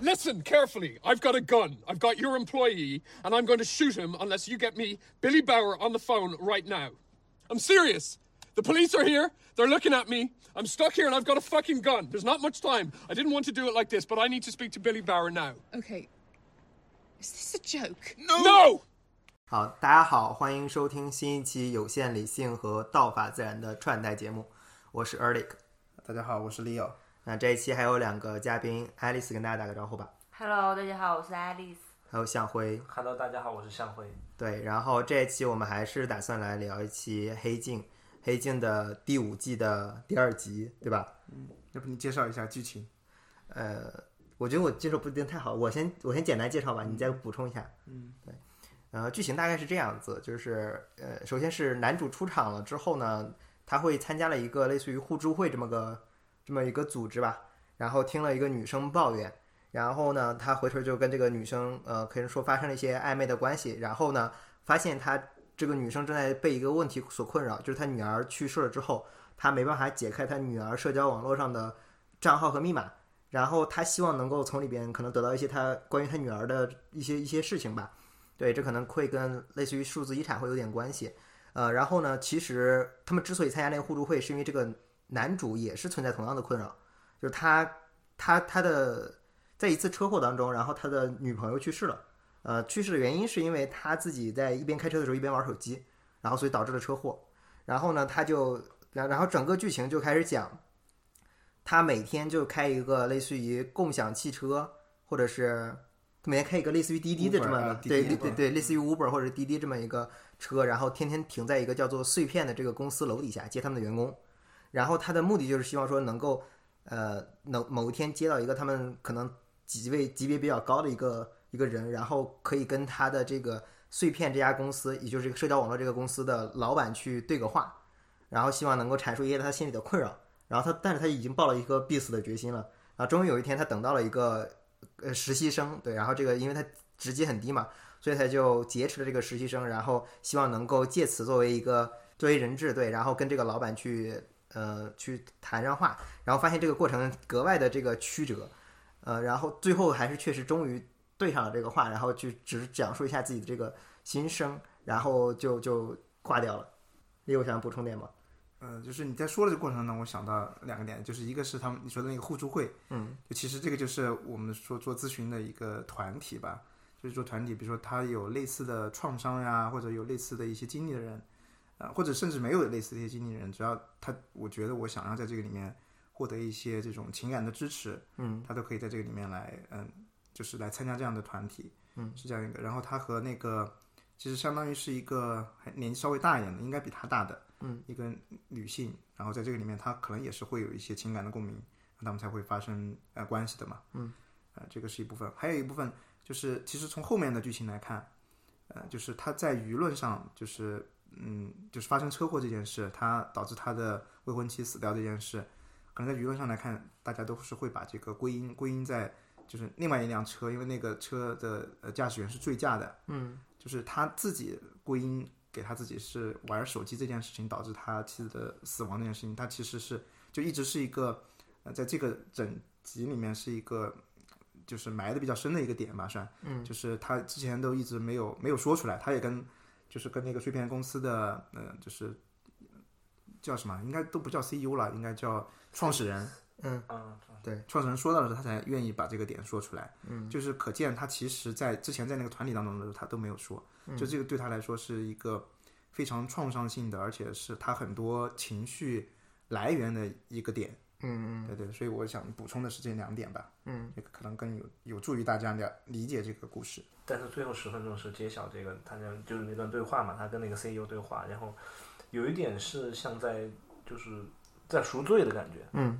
Listen carefully. I've got a gun. I've got your employee, and I'm going to shoot him unless you get me Billy Bauer on the phone right now. I'm serious. The police are here. They're looking at me. I'm stuck here and I've got a fucking gun. There's not much time. I didn't want to do it like this, but I need to speak to Billy Bauer now. Okay. Is this a joke? No! No! 好，大家好，欢迎收听新一期《有限理性和道法自然》的串台节目，我是 Eric。大家好，我是 Leo。那这一期还有两个嘉宾，Alice 跟大家打个招呼吧， Hello，大家好，我是 Alice。还有向辉。 Hello，大家好，我是向辉。对，然后这一期我们还是打算来聊一期《黑镜》，《黑镜》的第五季的第二集，对吧？嗯要不你介绍一下剧情？呃，我觉得我介绍不一定太好，我先我先简单介绍吧，你再补充一下。嗯，对。呃，剧情大概是这样子，就是呃，首先是男主出场了之后呢，他会参加了一个类似于互助会这么个这么一个组织吧，然后听了一个女生抱怨，然后呢，他回头就跟这个女生呃，可以说发生了一些暧昧的关系，然后呢，发现他这个女生正在被一个问题所困扰，就是他女儿去世了之后，他没办法解开他女儿社交网络上的账号和密码，然后他希望能够从里边可能得到一些他关于他女儿的一些一些事情吧。对，这可能会跟类似于数字遗产会有点关系。呃，然后呢，其实他们之所以参加那个互助会，是因为这个男主也是存在同样的困扰，就是他他他的在一次车祸当中，然后他的女朋友去世了。呃，去世的原因是因为他自己在一边开车的时候一边玩手机，然后所以导致了车祸。然后呢，他就然然后整个剧情就开始讲，他每天就开一个类似于共享汽车，或者是他每天开一个类似于滴滴的 Uber 这么啊对滴滴对对对，类似于 Uber 或者滴滴这么一个车，然后天天停在一个叫做碎片的这个公司楼底下接他们的员工。然后他的目的就是希望说能够，呃，能某一天接到一个他们可能级位级别比较高的一个一个人，然后可以跟他的这个碎片这家公司，也就是这个社交网络这个公司的老板去对个话，然后希望能够阐述一些他心里的困扰。然后他，但是他已经抱了一个必死的决心了。然后终于有一天，他等到了一个呃实习生，对，然后这个因为他职级很低嘛，所以他就劫持了这个实习生，然后希望能够借此作为一个作为人质，对，然后跟这个老板去呃去谈上话，然后发现这个过程格外的这个曲折，呃，然后最后还是确实终于对上了这个话，然后就只是讲述一下自己的这个心声，然后就就挂掉了。你有想补充点吗？嗯，就是你在说的这个过程呢，我想到两个点，就是一个是他们你说的那个互助会，嗯，就其实这个就是我们说做咨询的一个团体吧，就是做团体，比如说他有类似的创伤呀，或者有类似的一些经历的人，呃，或者甚至没有类似的一些经历的人，只要他，我觉得我想要在这个里面获得一些这种情感的支持，嗯，他都可以在这个里面来，嗯，就是来参加这样的团体，嗯，是这样一个。然后他和那个其实相当于是一个还年纪稍微大一点的，应该比他大的。嗯，一个女性，然后在这个里面，她可能也是会有一些情感的共鸣，他们才会发生呃关系的嘛。嗯，呃，这个是一部分，还有一部分就是，其实从后面的剧情来看，呃，就是他在舆论上，就是嗯，就是发生车祸这件事，他导致他的未婚妻死掉这件事，可能在舆论上来看，大家都是会把这个归因归因在就是另外一辆车，因为那个车的呃驾驶员是醉驾的，嗯，就是他自己归因给他自己是玩手机这件事情导致他妻子的死亡这件事情，他其实是就一直是一个呃，在这个整集里面是一个就是埋的比较深的一个点吧，算，嗯，就是他之前都一直没有没有说出来，他也跟就是跟那个碎片公司的呃，就是叫什么，应该都不叫 CEO 了，应该叫创始人，嗯，创始人说到的时候，他才愿意把这个点说出来。嗯，就是可见他其实在之前在那个团体当中的时候，他都没有说。就这个对他来说是一个非常创伤性的，而且是他很多情绪来源的一个点。嗯嗯，对对，所以我想补充的是这两点吧。嗯，这个可能更有有助于大家了理解这个故事。但是最后十分钟是揭晓这个，他那就是那段对话嘛，他跟那个 CEO 对话，然后有一点是像在就是在赎罪的感觉，嗯，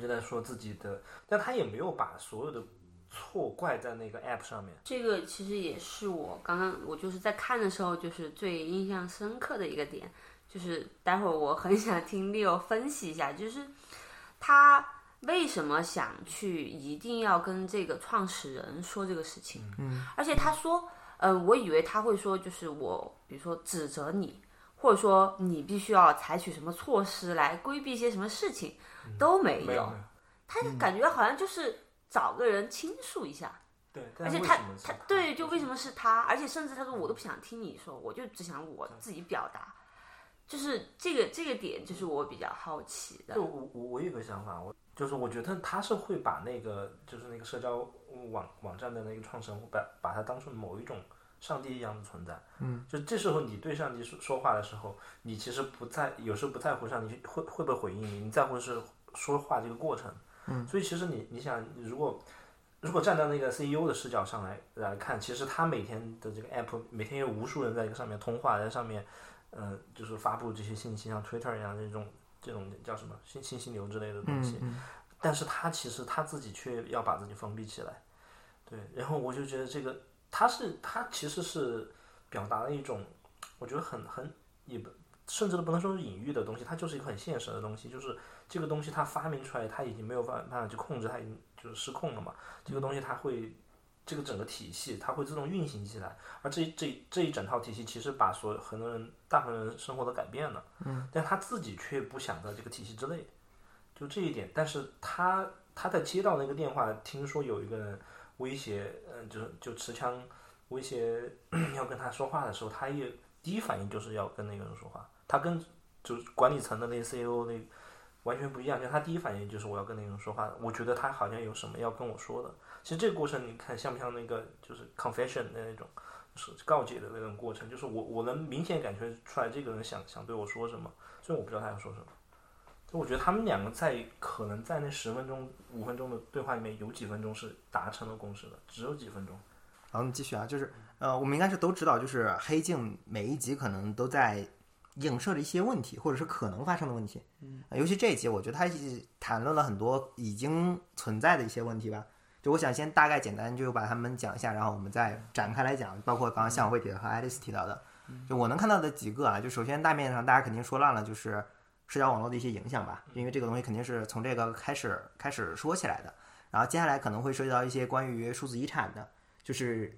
就在说自己的，但他也没有把所有的错怪在那个 app 上面，这个其实也是我刚刚我就是在看的时候，就是最印象深刻的一个点，就是待会儿我很想听 Leo 分析一下，就是他为什么想去一定要跟这个创始人说这个事情，嗯，而且他说，呃，我以为他会说，就是我比如说指责你，或者说你必须要采取什么措施来规避一些什么事情，都没没有，嗯他就感觉好像就是找个人倾诉一下，对，而但且为他什么是他他对，就为什么是他？而且甚至他说我都不想听你说，我就只想我自己表达。就是这个这个点，就是我比较好奇的对，。我我我有个想法，我就是我觉得他是会把那个就是那个社交网网站的那个创始人，把把它当成某一种上帝一样的存在。嗯，就这时候你对上帝说说话的时候，你其实不在，有时候不在乎上帝会会不会回应你，你在乎的是说话这个过程。嗯，所以其实你你想，如果如果站到那个 CEO 的视角上来来看，其实他每天的这个 app，每天有无数人在这个上面通话，在上面，嗯、就是发布这些信息，像 Twitter 一样这种这种叫什么信信息流之类的东西。但是他其实他自己却要把自己封闭起来，对。然后我就觉得这个他是他其实是表达了一种，我觉得很很也不甚至都不能说是隐喻的东西，它就是一个很现实的东西，就是这个东西它发明出来，它已经没有办办法去控制，它已经就是失控了嘛。这个东西它会。这个整个体系它会自动运行起来，而这这这一整套体系其实把所有很多人大部分人生活都改变了，但他自己却不想在这个体系之内，就这一点。但是他他在接到那个电话，听说有一个人威胁，嗯、就是就持枪威胁 要跟他说话的时候，他也第一反应就是要跟那个人说话。他跟就是管理层的那个 CEO 那完全不一样，就他第一反应就是我要跟那个人说话，我觉得他好像有什么要跟我说的。其实这个过程你看像不像那个就是 confession 的那种，就是告解的那种过程，就是我我能明显感觉出来这个人想想对我说什么，虽然我不知道他要说什么。就我觉得他们两个在可能在那十分钟、五分钟的对话里面，有几分钟是达成了共识的，只有几分钟。然后你继续啊，就是呃，我们应该是都知道，就是黑镜每一集可能都在影射着一些问题，或者是可能发生的问题。嗯、尤其这一集，我觉得它是谈论了很多已经存在的一些问题吧。就我想先大概简单就把它们讲一下，然后我们再展开来讲，包括刚刚向伟姐和爱丽丝提到的，就我能看到的几个啊，就首先大面上大家肯定说烂了，就是社交网络的一些影响吧，因为这个东西肯定是从这个开始开始说起来的。然后接下来可能会涉及到一些关于数字遗产的，就是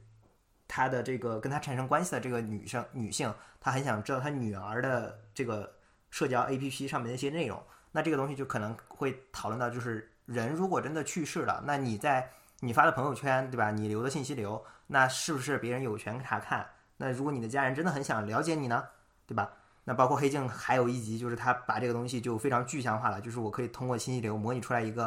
他的这个跟他产生关系的这个女生女性，她很想知道她女儿的这个社交 APP 上面的一些内容。那这个东西就可能会讨论到，就是人如果真的去世了，那你在你发的朋友圈，对吧？你留的信息流，那是不是别人有权查看？那如果你的家人真的很想了解你呢，对吧？那包括黑镜还有一集，就是他把这个东西就非常具象化了，就是我可以通过信息流模拟出来一个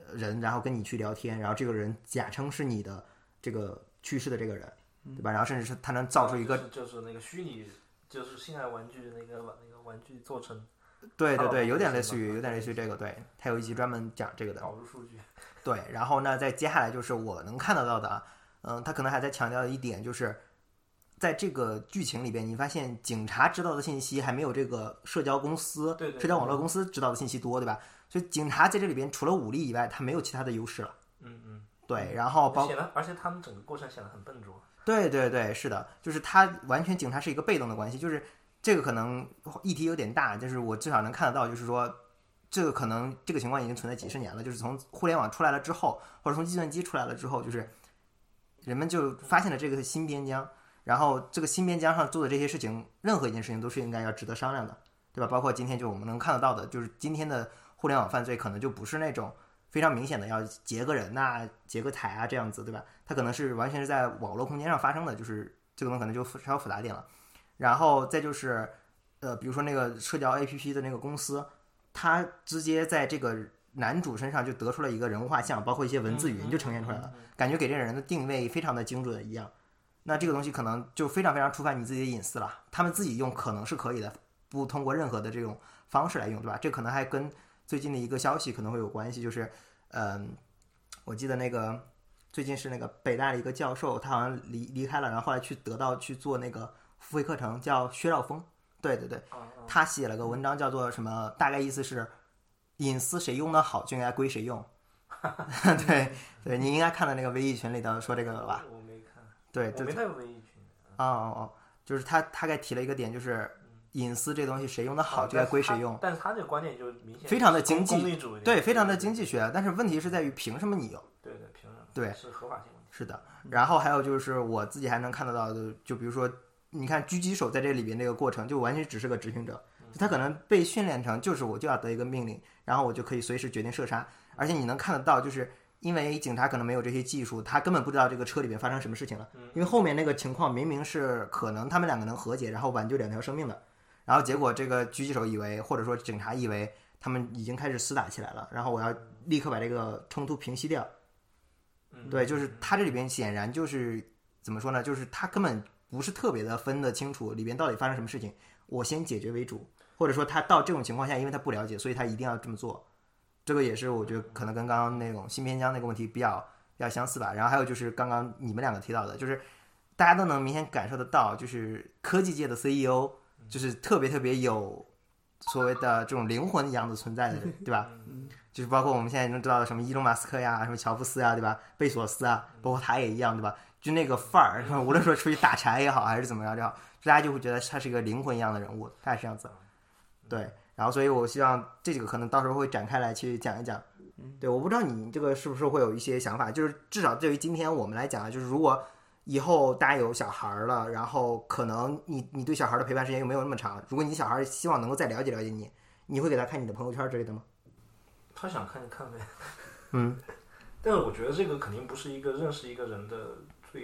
呃人，然后跟你去聊天，然后这个人假称是你的这个去世的这个人，对吧？然后甚至是他能造出一个就是、就是那个虚拟，就是性爱玩具那个玩那个玩具做成对对哦对，有点是类吗似于有点类似于这个，对，他有一集专门讲这个的，导入数据，对。然后呢，再接下来就是我能看得到的啊，嗯，他可能还在强调一点，就是在这个剧情里边，你发现警察知道的信息还没有这个社交公司、对对社交网络公司知道的信息多，对吧？所以警察在这里边除了武力以外，他没有其他的优势了。嗯嗯，对，然后包显得而且他们整个过程显得很笨拙，对对对，是的，就是他完全警察是一个被动的关系，就是这个可能议题有点大，就是我至少能看得到，就是说这个可能这个情况已经存在几十年了，就是从互联网出来了之后，或者从计算机出来了之后，就是人们就发现了这个新边疆，然后这个新边疆上做的这些事情，任何一件事情都是应该要值得商量的，对吧？包括今天就我们能看得到的，就是今天的互联网犯罪可能就不是那种非常明显的要劫个人呐、劫个台啊这样子，对吧？它可能是完全是在网络空间上发生的，就是这个东西可能就复稍微复杂点了。然后再就是，呃，比如说那个社交 APP 的那个公司，它直接在这个男主身上就得出了一个人物画像，包括一些文字云就呈现出来了，感觉给这个人的定位非常的精准一样。那这个东西可能就非常非常触犯你自己的隐私了。他们自己用可能是可以的，不通过任何的这种方式来用，对吧？这可能还跟最近的一个消息可能会有关系，就是，嗯，我记得那个最近是那个北大的一个教授，他好像离离开了，然后后来去得到去做那个付费课程，叫薛兆丰。对对对，哦他写了个文章叫做什么？大概意思是，隐私谁用的好就应该归谁用。 对对，你应该看到那个微艺群里头说这个了吧？我没看，对我对没太文艺群，哦哦哦，就是他大概提了一个点，就是隐私这东西谁用的好就该归谁用，啊但是他这个观点就明显非常的经功利济主义，，对，非常的经济学。但是问题是在于凭什么你用？对对，凭什么？对是合法性问题。是的，然后还有就是我自己还能看得到的，就比如说，你看狙击手在这里边这个过程，就完全只是个执行者，就他可能被训练成就是我就要得一个命令，然后我就可以随时决定射杀，而且你能看得到，就是因为警察可能没有这些技术，他根本不知道这个车里面发生什么事情了。因为后面那个情况明明是可能他们两个能和解，然后挽救两条生命的，然后结果这个狙击手以为，或者说警察以为他们已经开始厮打起来了，然后我要立刻把这个冲突平息掉。嗯对，就是他这里边显然就是怎么说呢？就是他根本不是特别的分得清楚里边到底发生什么事情，我先解决为主，或者说他到这种情况下，因为他不了解，所以他一定要这么做。这个也是我觉得可能跟刚刚那种新篇章那个问题比较比较相似吧。然后还有就是刚刚你们两个提到的，就是大家都能明显感受得到，就是科技界的 CEO 就是特别特别有所谓的这种灵魂一样的存在的人，对吧？就是包括我们现在能知道的什么伊隆马斯克呀，什么乔布斯啊，对吧？贝索斯啊，包括他也一样，对吧？就那个范儿， 是吧无论说出去打柴也好，还是怎么样也好，大家就会觉得他是一个灵魂一样的人物，他也是这样子。啊对，然后所以我希望这几个可能到时候会展开来去讲一讲。对，我不知道你这个是不是会有一些想法，就是至少对于今天我们来讲啊，就是如果以后大家有小孩儿了，然后可能你你对小孩儿的陪伴时间又没有那么长，如果你小孩儿希望能够再了解了解你，你会给他看你的朋友圈之类的吗？他想看就看呗。 嗯， 但是我觉得这个肯定不是一个认识一个人的最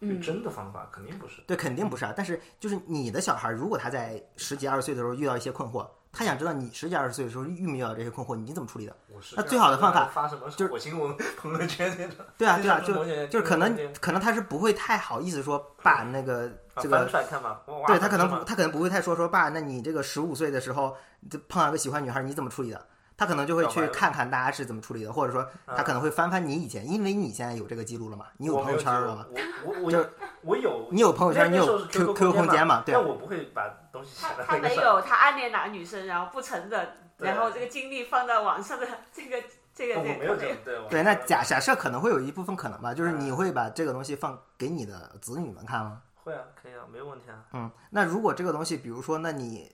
最嗯真的方法，肯定不是。对，肯定不是啊。但是就是你的小孩儿，如果他在十几二十岁的时候遇到一些困惑，他想知道你十几二十岁的时候遇没遇到这些困惑，你怎么处理的？我是那最好的办法发什么就是火星文朋友圈那种。对啊，对啊，这就种东西就是可能这种东西可能他是不会太好意思说爸那个啊这翻个出来看嘛，哇对他可能是不，吗他可能不会太说说爸，那你这个十五岁的时候就碰到一个喜欢女孩，你怎么处理的？他可能就会表白去了嗯看看大家是怎么处理的，或者说他可能会翻翻你以前，因为你现在有这个记录了嘛，你有我朋没友有圈记了录嘛，我我我就有我有你有朋友那圈，你那时候有是 Q QQ Q 空间嘛嘛，对但我不会把东西他写在他 那个没上。有，他暗恋哪个女生，然后不承认，对哦然后这个经历放到网上的这个这个我这没个有这种对。我对，没那有假假设可能会有一部分可能吧，就是嗯你会把这个东西放给你的子女们看吗？会啊，可以啊，没有问题啊。嗯，那如果这个东西，比如说，那你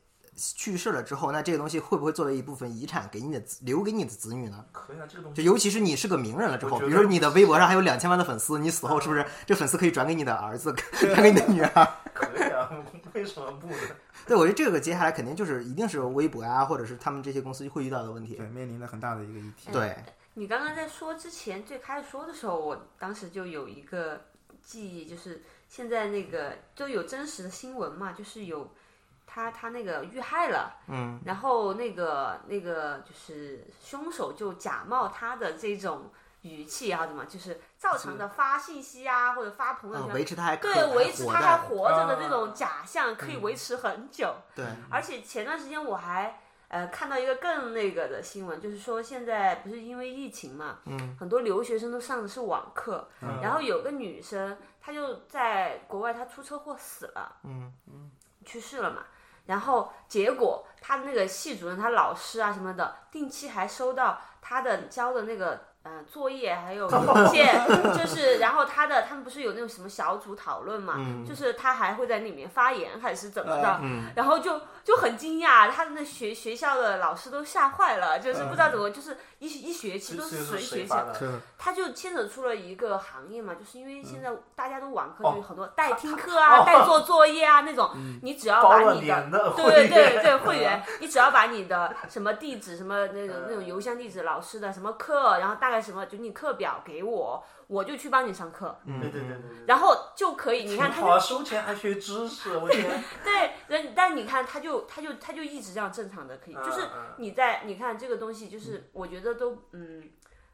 去世了之后，那这个东西会不会作为一部分遗产给你的子留给你的子女呢？可以啊，这个东就西尤其是你是个名人了之后，我比觉如得说你的微博上还有两千万的粉丝，你死后是不是这粉丝可以转给你的儿子，转给你的女儿？可以啊， 为什么 不呢？对，我觉得这个接下来肯定就是一定是微博啊，或者是他们这些公司会遇到的问题对，。面临了很大的一个议题。对，你刚刚在说之前最开始说的时候，我当时就有一个记忆，就是现在那个就有真实的新闻嘛，就是有他他那个遇害了，嗯，然后那个那个就是凶手就假冒他的这种语气啊，怎么就是照常的发信息啊，或者发朋友呃圈，维持他还可对维持活他还着。活着的嗯这啊种假象可以维持很久。对，而且前段时间我还呃看到一个更那个的新闻，就是说现在不是因为疫情嘛，嗯，很多留学生都上的是网课，然后有个女生她就在国外她出车祸死了，嗯嗯，去世了嘛。然后结果，她那个系主任、她老师啊什么的，定期还收到她的交的那个呃作业还有邮件，就是然后她的他们不是有那种什么小组讨论嘛，就是她还会在里面发言还是怎么的，然后就就很惊讶，他们的学学校的老师都吓坏了，就是不知道怎么，就是一一学期这都这是是随谁学发校，的？他就牵扯出了一个行业嘛，就是因为现在大家都网课，哦就有很多代听课啊、代做作业啊那种，你只要嗯包把了你脸的对对会员对对会 员，你只要把你的什么地址、什么那种嗯那种邮箱地址、老师的什么课，然后大概什么就你课表给我，我就去帮你上课，对对对对对。然后就可以，你看他就好啊，收钱还学知识，我天！对，人但你看，他就他就他就一直这样正常的可以，就是嗯嗯你在你看这个东西，就是我觉得都嗯嗯、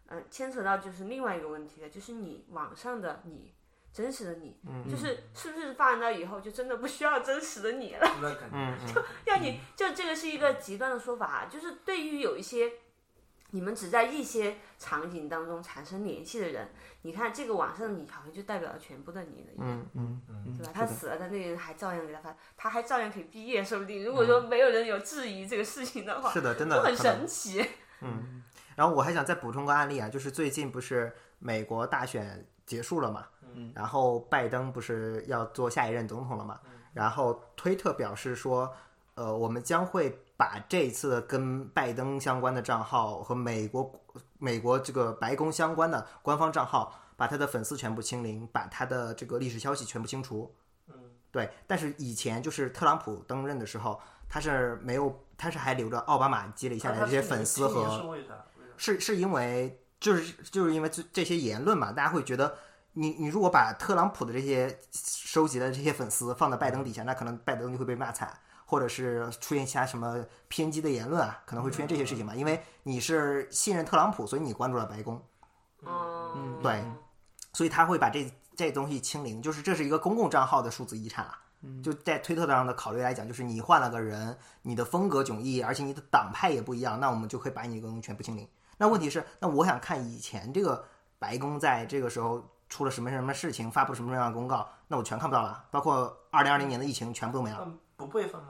呃牵扯到就是另外一个问题了，就是你网上的你。真实的你，嗯就是是不是发展到以后就真的不需要真实的你了？那肯嗯定。要你就这个是一个极端的说法，就是对于有一些你们只在一些场景当中产生联系的人，你看这个网上的你好像就代表了全部的你了一样。嗯，对吧？他死了，但那个人还照样给他发，他还照样可以毕业，说不定。如果说没有人有质疑这个事情的嗯话，是的，真的就很可能神奇。然后我还想再补充个案例啊，就是最近不是美国大选结束了嘛，嗯，然后拜登不是要做下一任总统了嘛，然后推特表示说，呃，我们将会把这一次的跟拜登相关的账号和美国美国这个白宫相关的官方账号，把他的粉丝全部清零，把他的这个历史消息全部清除。对，但是以前就是特朗普登任的时候，他是啊没有，他是还留着奥巴马积累下来的这些粉丝和今年是为啥？为啥是是因为就是就是因为这这些言论嘛，大家会觉得你你如果把特朗普的这些收集的这些粉丝放到拜登底下，那可能拜登就会被骂惨，或者是出现其他什么偏激的言论啊，可能会出现这些事情嘛。因为你是信任特朗普，所以你关注了白宫， 嗯，对，所以他会把这这东西清零，就是这是一个公共账号的数字遗产啊。嗯就在推特上的考虑来讲，就是你换了个人，你的风格迥异，而且你的党派也不一样，那我们就可以把你的东西全部清零。那问题是，那我想看以前这个白宫在这个时候出了什么什么事情，发布什么什么样的公告，那我全看不到了，包括二零二零年的疫情全部都没了。那嗯不备份吗？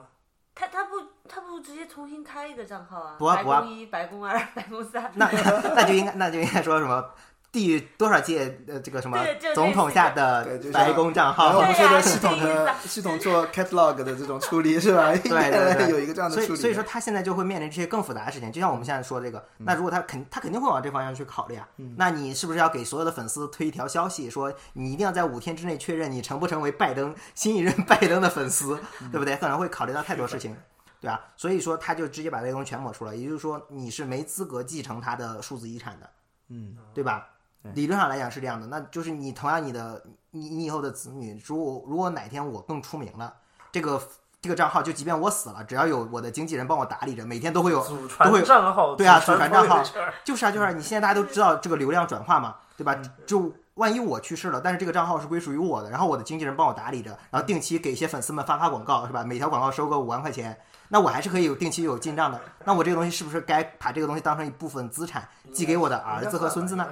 他他不他不直接重新开一个账号啊？不啊白不啊宫一、白宫二、 白宫三，那 那就应该那就应该说什么第多少届呃这个什么对就类似总统下的对就像白宫账然后号我，们说对的啊系统是这个意的系统做 catalog 的这种处理是吧？应对对该对， 有一个这样的所以处理。所以说，他现在就会面临这些更复杂的事情，就像我们现在说这个，嗯那如果他肯他肯定会往这方向去考虑啊。那你是不是要给所有的粉丝推一条消息，说你一定要在五天之内确认你成不成为拜登新一任拜登的粉丝，嗯对不对？可能会考虑到太多事情。对吧？所以说，他就直接把这个东西全抹除了，也就是说，你是没资格继承他的数字遗产的，嗯，对吧？理论上来讲是这样的，那就是你同样你的你你以后的子女，如果如果哪天我更出名了，这个这个账号就即便我死了，只要有我的经纪人帮我打理着，每天都会有祖都会传账号，对啊，祖祖传朋账友号圈儿就是啊就是啊，你现在大家都知道这个流量转化嘛，对嗯吧？就万一我去世了，但是这个账号是归属于我的，然后我的经纪人帮我打理着，然后定期给一些粉丝们发发广告，是吧？每条广告收个五万块钱，那我还是可以有定期有进账的。那我这个东西是不是该把这个东西当成一部分资产寄给我嗯的儿子和孙子呢？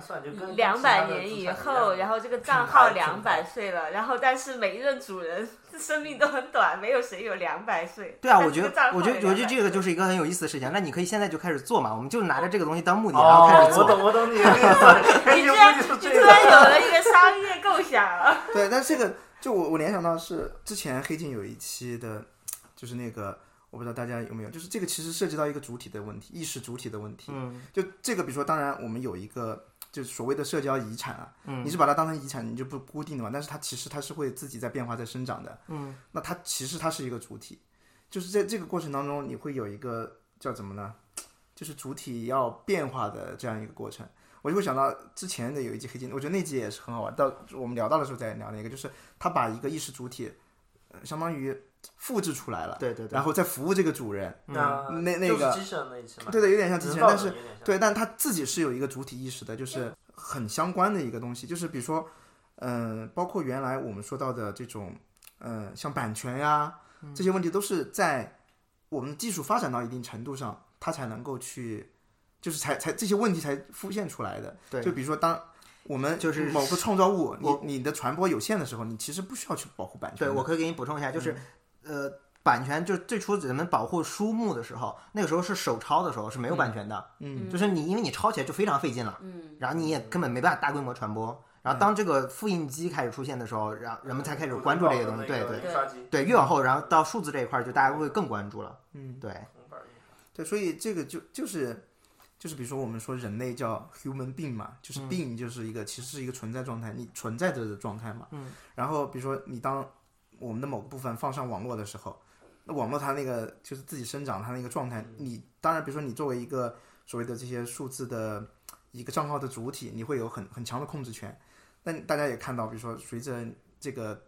两 百年以后，然后这个账号两百岁了，然后但是每一任主人 生命都很短，没有谁有两百岁。对啊，但我觉得这个账，号我觉得，我觉得有200这个就是一个很有意思的事情。那你可以现在就开始做嘛，我们就拿着这个东西当木 鸟，然后开哦始，我做。懂，我懂你的意 思。你突然你突然有了一个商业构想啊了。 对，但是这个就我我联想到是之前黑镜有一期的，就是那个我不知道大家有没有，就是这个其实涉及到一个主体的问题，意识主体的问题。嗯，就这个，比如说，当然我们有一个就是所谓的社交遗产啊，嗯，你是把它当成遗产，你就不固定的嘛，但是它其实它是会自己在变化、在生长的，嗯，那它其实它是一个主体，就是在这个过程当中，你会有一个叫怎么呢？就是主体要变化的这样一个过程。我就会想到之前的有一集黑镜，我觉得那集也是很好玩。到我们聊到的时候再聊那个，就是他把一个意识主体，呃相当于复制出来了，对对对然后再服务这个主人，嗯那那就是个机器人那一期嘛，对的，有点像机器人人，造但的是有点像对，但他自己是有一个主体意识的，就是很相关的一个东西，就是比如说，嗯、包括原来我们说到的这种，嗯、像版权呀嗯这些问题，都是在我们技术发展到一定程度上，它才能够去，就是才才这些问题才浮现出来的。对就比如说当。我们就是某个创造物，我你你的传播有限的时候，你其实不需要去保护版权对，的。我可以给你补充一下，就是、呃，版权就是最初人们保护书目的时候，那个时候是手抄的时候是没有版权的，嗯，就是你因为你抄起来就非常费劲了，嗯，然后你也根本没办法大规模传播。然后当这个复印机开始出现的时候，然后人们才开始关注这些东西，对对对印刷机对，越往后，然后到数字这一块儿，就大家会更关注了，嗯，对，红本儿印刷对，所以这个就就是就是比如说我们说人类叫 human being 嘛，就是 being 就是一个、其实是一个存在状态，你存在着的状态嘛。嗯。然后比如说你当我们的某个部分放上网络的时候，那网络它那个就是自己生长它那个状态，你当然比如说你作为一个所谓的这些数字的一个账号的主体，你会有很很强的控制权。但大家也看到，比如说随着这个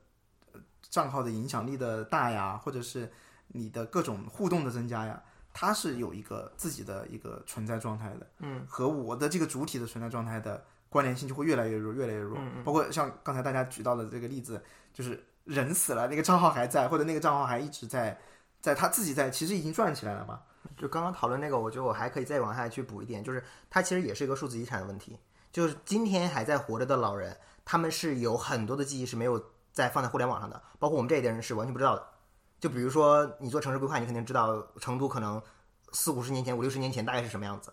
呃账号的影响力的大呀，或者是你的各种互动的增加呀，它是有一个自己的一个存在状态的，嗯，和我的这个主体的存在状态的关联性就会越来越弱，越来越嗯弱。包括像刚才大家举到的这个例子，就是人死了，那个账号还在，或者那个账号还一直在，在他自己在，其实已经转起来了嘛。就刚刚讨论那个，我觉得我还可以再往下去补一点，就是它其实也是一个数字遗产的问题。就是今天还在活着的老人，他们是有很多的记忆是没有在放在互联网上的，包括我们这一代人是完全不知道的。就比如说你做城市规划，你肯定知道成都可能四五十年前、五六十年前大概是什么样子，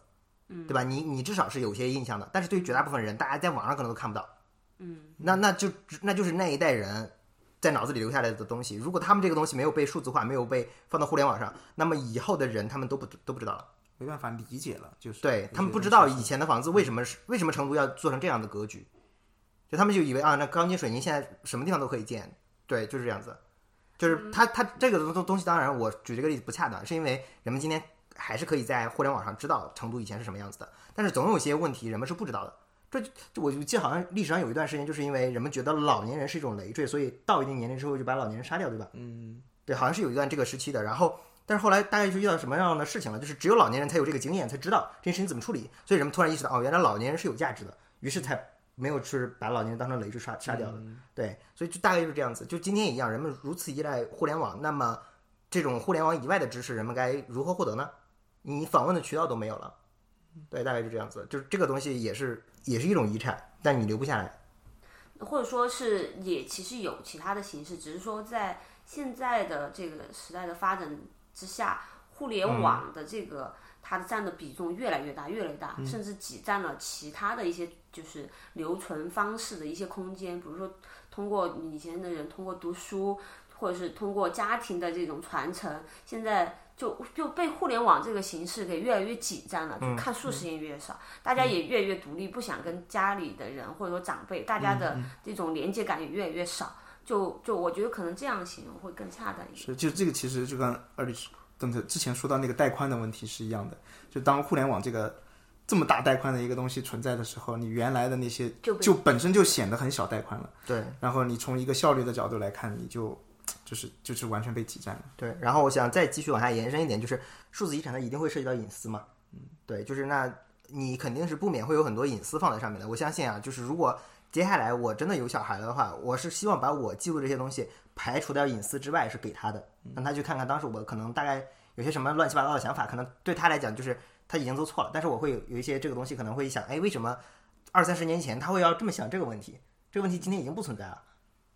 嗯，对吧？你你至少是有些印象的，但是对于绝大部分人，大家在网上可能都看不到，嗯，那那就那就是那一代人在脑子里留下来的东西。如果他们这个东西没有被数字化，没有被放到互联网上，那么以后的人他们都不都不知道了。没办法理解了，就是对他们不知道以前的房子为什么是为什么成都要做成这样的格局，就他们就以为啊，那钢筋水泥现在什么地方都可以建，对，就是这样子。就是他他这个东东东西，当然我举这个例子不恰当，是因为人们今天还是可以在互联网上知道成都以前是什么样子的，但是总有一些问题人们是不知道的。这就就我就记得好像历史上有一段时间，就是因为人们觉得老年人是一种累赘，所以到一定年龄之后就把老年人杀掉，对吧？嗯，对，好像是有一段这个时期的。然后，但是后来大概就遇到什么样的事情了？就是只有老年人才有这个经验，才知道这件事情怎么处理，所以人们突然意识到，哦，原来老年人是有价值的，于是才没有就是把老年人当成累赘杀杀掉的。对，所以就大概就是这样子。就今天也一样，人们如此依赖互联网，那么这种互联网以外的知识，人们该如何获得呢？你访问的渠道都没有了。对，大概就这样子。就是这个东西也是也是一种遗产，但你留不下来。或者说是也其实有其他的形式，只是说在现在的这个时代的发展之下，互联网的这个、它的占的比重越来越大，越来越大，甚至挤占了其他的一些就是留存方式的一些空间，比如说通过以前的人通过读书，或者是通过家庭的这种传承，现在。就就被互联网这个形式给越来越挤占了，就看书时间越来越少，大家也越来越独立，不想跟家里的人或者说长辈，大家的这种连接感也越来越少。就就我觉得可能这样形容会更恰当一些。是，就这个其实就跟二律师邓特之前说到那个带宽的问题是一样的。就当互联网这个这么大带宽的一个东西存在的时候，你原来的那些就被就本身就显得很小带宽了。对，然后你从一个效率的角度来看，你就就是就是完全被挤占了。对，然后我想再继续往下延伸一点，就是数字遗产它一定会涉及到隐私嘛，嗯，对，就是那你肯定是不免会有很多隐私放在上面的。我相信啊，就是如果接下来我真的有小孩的话，我是希望把我记录这些东西排除掉隐私之外，是给他的，让他去看看当时我可能大概有些什么乱七八糟的想法，可能对他来讲就是他已经做错了，但是我会有有一些这个东西可能会想，哎，为什么二三十年前他会要这么想这个问题？这个问题今天已经不存在了，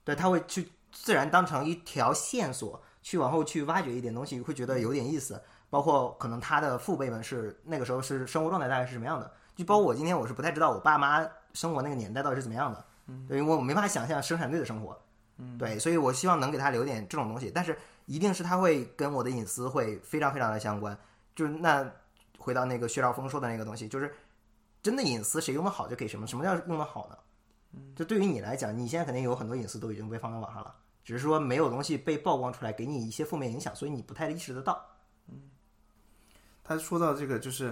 对，他会去自然当成一条线索。去往后去挖掘一点东西，会觉得有点意思。包括可能他的父辈们是那个时候是生活状态大概是什么样的，就包括我今天我是不太知道我爸妈生活那个年代到底是怎么样的，对，因为我没法想象生产队的生活，对，所以我希望能给他留点这种东西，但是一定是他会跟我的隐私会非常非常的相关。就是那回到那个薛兆丰说的那个东西，就是真的隐私谁用的好就给什么，什么叫用的好呢？就对于你来讲，你现在肯定有很多隐私都已经被放到网上了。只是说没有东西被曝光出来，给你一些负面影响，所以你不太意识得到。他说到这个，就是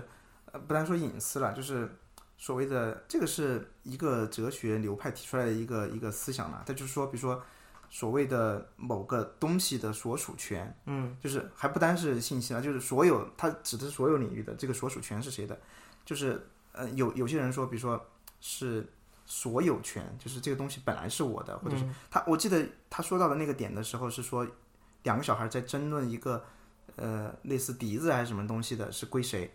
呃，不单说隐私了，就是所谓的这个是一个哲学流派提出来的一个一个思想啦。他就是说，比如说所谓的某个东西的所属权，嗯，就是还不单是信息啊，就是所有，它指的是所有领域的这个所属权是谁的，就是呃，有有些人说，比如说是。所有权就是这个东西本来是我的，或者是他，我记得他说到的那个点的时候是说，两个小孩在争论一个呃类似笛子还是什么东西的，是归谁，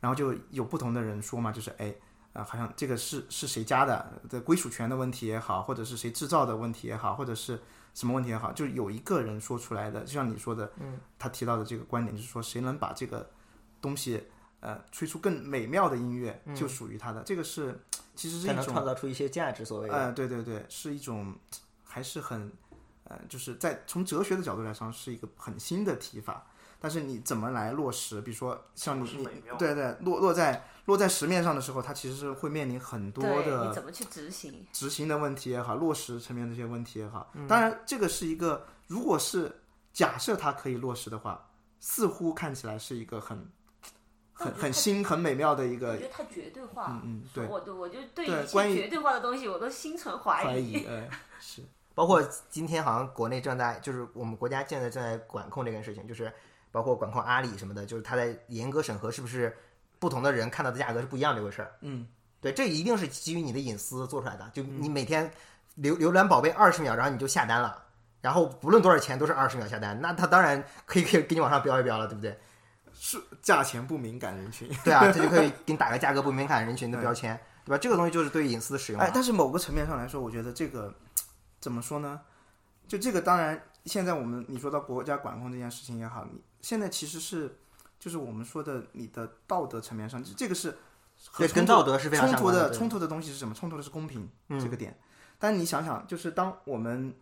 然后就有不同的人说嘛，就是哎啊、好像这个是是谁家的的归属权的问题也好，或者是谁制造的问题也好，或者是什么问题也好，就有一个人说出来的，就像你说的，嗯，他提到的这个观点就是说，谁能把这个东西呃吹出更美妙的音乐，就属于他的，这个是其实是才一能种创造出一些价值。所谓的，呃，对对对，是一种还是很呃，就是在从哲学的角度来说是一个很新的提法，但是你怎么来落实？比如说像你是你美妙对对落落在落在实面上的时候，它其实是会面临很多对，你的怎么去执行？执行的问题也好，落实层面的一些问题也好。嗯当然，这个是一个如果是假设它可以落实的话，似乎看起来是一个很但我很觉得很它新很美妙的一我个觉得太绝对化了。嗯嗯对我对我就对对一关切于绝对化的东西，我都心存怀 怀疑，哎，是包括今天好像国内正在，就是我们国家现在正在管控这件事情，就是包括管控阿里什么的，就是他在严格审核是不是不同的人看到的价格是不一样这回事儿。嗯，对，这一定是基于你的隐私做出来的。就你每天浏浏览宝贝二十秒，然后你就下单了，然后不论多少钱都是二十秒下单，那他当然可以可以给你往上标一标了，对不对？是价钱不敏感人群。对啊， 他就可以给你打个价格不敏感人群的标 签，对吧？这个东西就是对隐私的使用嘛。啊哎，但是某个层面上来说，我觉得这个怎么说呢？就这个，当然，现在我们你说到国家管控这件事情也好，你现在其实是就是我们说的你的道德层面上，这个是和对跟冲突道德是非常冲相突关的的。对嗯冲突的东西是什么？冲突的是公平、这个点。但你想想，就是当我们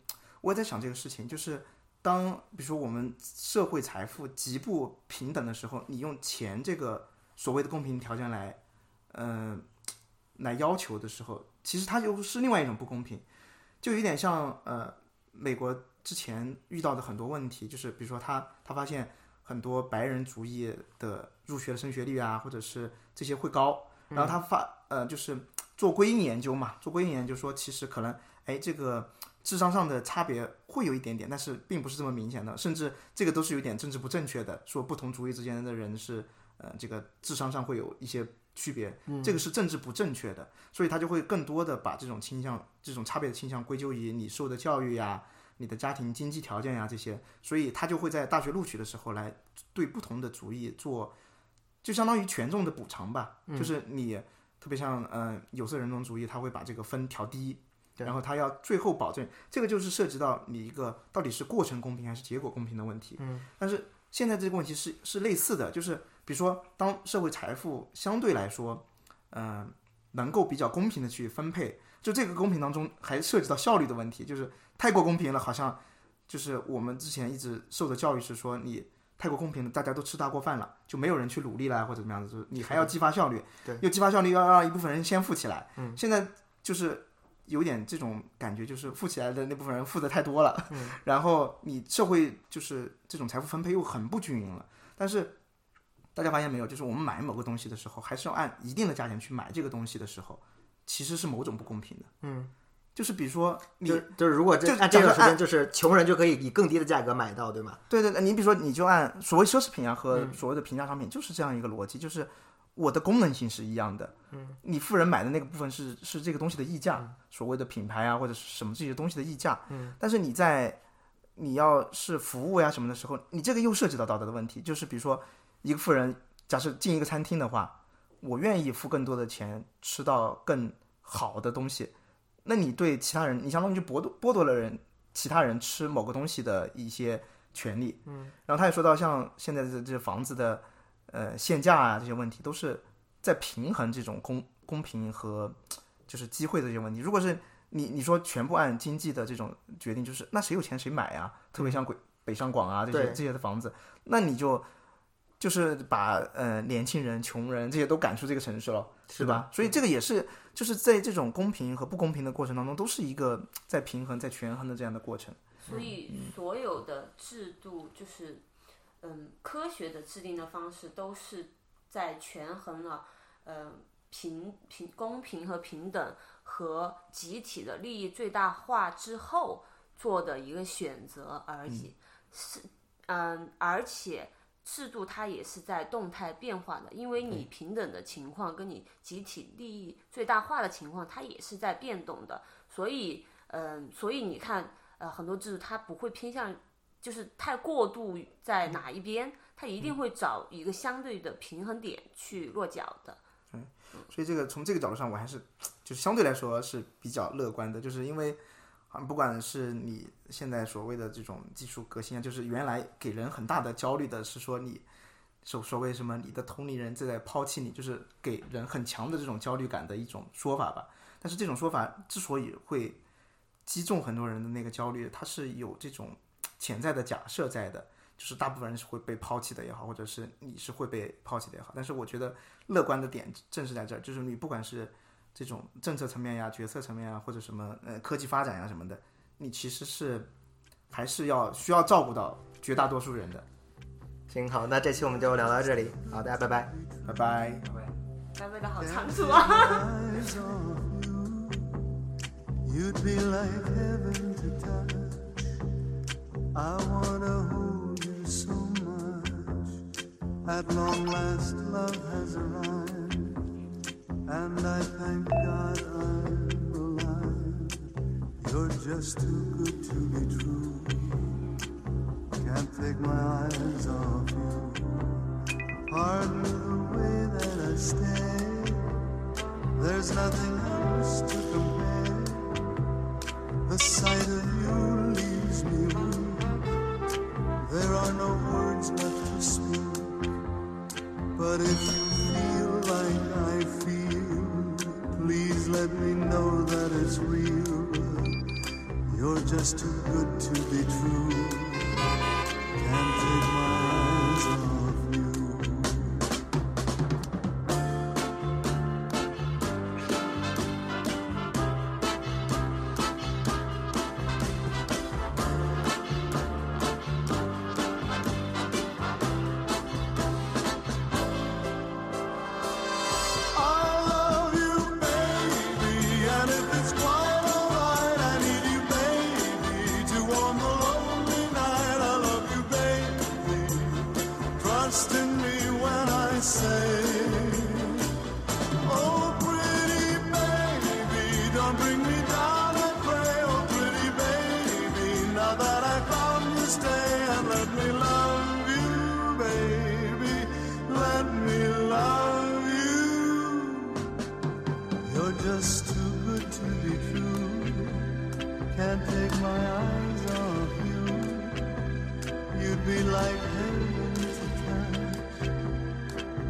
我也在想这个事情，就是当比如说我们社会财富极不平等的时候，你用钱这个所谓的公平条件来，嗯、来要求的时候，其实它就是另外一种不公平，就有点像呃美国之前遇到的很多问题，就是比如说他他发现很多白人族裔的入学的升学率啊，或者是这些会高。然后他发呃，就是做归因研究嘛，做归因研究说，其实可能哎，这个智商上的差别会有一点点，但是并不是这么明显的，甚至这个都是有点政治不正确的，说不同族裔之间的人是呃，这个智商上会有一些区别，这个是政治不正确的，所以他就会更多的把这种倾向、这种差别的倾向归咎于你受的教育呀。你的家庭经济条件呀，这些，所以他就会在大学录取的时候来对不同的族裔做，就相当于权重的补偿吧。就是你特别像呃有色人种主义，他会把这个分调低，然后他要最后保证这个就是涉及到你一个到底是过程公平还是结果公平的问题。嗯，但是现在这个问题是是类似的，就是比如说当社会财富相对来说，嗯、能够比较公平的去分配，就这个公平当中还涉及到效率的问题，就是太过公平了，好像就是我们之前一直受的教育是说你。太过公平了，大家都吃大锅饭了，就没有人去努力啦，或者怎么样子，就是你还要激发效率，对，又激发效率，要让一部分人先富起来。嗯，现在就是有点这种感觉，就是富起来的那部分人富的太多了，嗯、 然后你社会就是这种财富分配又很不均匀了。但是大家发现没有，就是我们买某个东西的时候，还是要按一定的价钱去买这个东西的时候，其实是某种不公平的。嗯，就是比如说你就就是啊如果这就按这假个设时按间，就是穷人就可以以更低的价格买到，对吗？对对，对你比如说，你就按所谓奢侈品啊和所谓的平价商品，就是这样一个逻辑，就是我的功能性是一样的。嗯，你富人买的那个部分是是这个东西的溢价，所谓的品牌啊或者是什么这些东西的溢价。嗯，但是你在你要是服务呀、什么的时候，你这个又涉及到道德的问题，就是比如说一个富人假设进一个餐厅的话，我愿意付更多的钱吃到更好的东西，那你对其他人，你相当于就剥夺剥夺了人其他人吃某个东西的一些权利。嗯，然后他也说到，像现在的这房子的呃限价啊这些问题，都是在平衡这种公公平和就是机会的这些问题。如果是你你说全部按经济的这种决定，就是那谁有钱谁买啊，特别像鬼北上广啊这些对这些的房子，那你就。就是把呃年轻人、穷人这些都赶出这个城市了，是吧？所以这个也是，就是在这种公平和不公平的过程当中，都是一个在平衡、在权衡的这样的过程。所以所有的制度就是，嗯，科学的制定的方式都是在权衡了，呃，平平公平和平等和集体的利益最大化之后做的一个选择而已。是，嗯，而且。制度它也是在动态变化的，因为你平等的情况跟你集体利益最大化的情况，它也是在变动的。所以，嗯、所以你看，呃，很多制度它不会偏向，就是太过度在哪一边，它一定会找一个相对的平衡点去落脚的。所以这个从这个角度上，我还是就是相对来说是比较乐观的，就是因为啊，不管是你现在所谓的这种技术革新啊，就是原来给人很大的焦虑的是说你所所谓什么你的同龄人正在抛弃你，就是给人很强的这种焦虑感的一种说法吧。但是这种说法之所以会击中很多人的那个焦虑，它是有这种潜在的假设在的，就是大部分人是会被抛弃的也好，或者是你是会被抛弃的也好。但是我觉得乐观的点正是在这儿，就是你不管是这种政策层面呀、决策层面呀，或者什么呃科技发展呀什么的，你其实是还是要需要照顾到绝大多数人的。行，好，那这期我们就聊到这里，好，大家拜拜。拜拜。该问的好仓促啊！ eyes on you, you'd be like heaven to touch. I wanna hold you so much. At long last, love has arrived, and I thank God I'm alive. You're just too good to be true. Can't take my eyes off you. Pardon the way that I stay. There's nothing else to compare. The sight of you leaves me weak. There are no words left to speak. But if you feel like I feel, please let me know that it's real. You're just too good to be true. Can't take my eyes off you. trust in me when I say, Oh, pretty baby, don't bring me down, I pray. Oh, pretty baby, now that I found you, stay and let me love you, baby. Let me love you. You're just too good to be true. Can't take my eyes off you. You'd be like heaven to touch.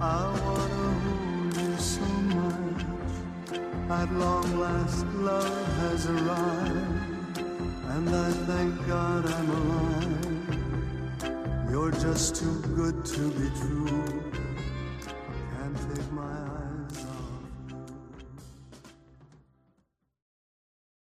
I wanna hold you so much. At long last, love has arrived, and I thank God I'm alive. You're just too good to be true. Can't take my eyes.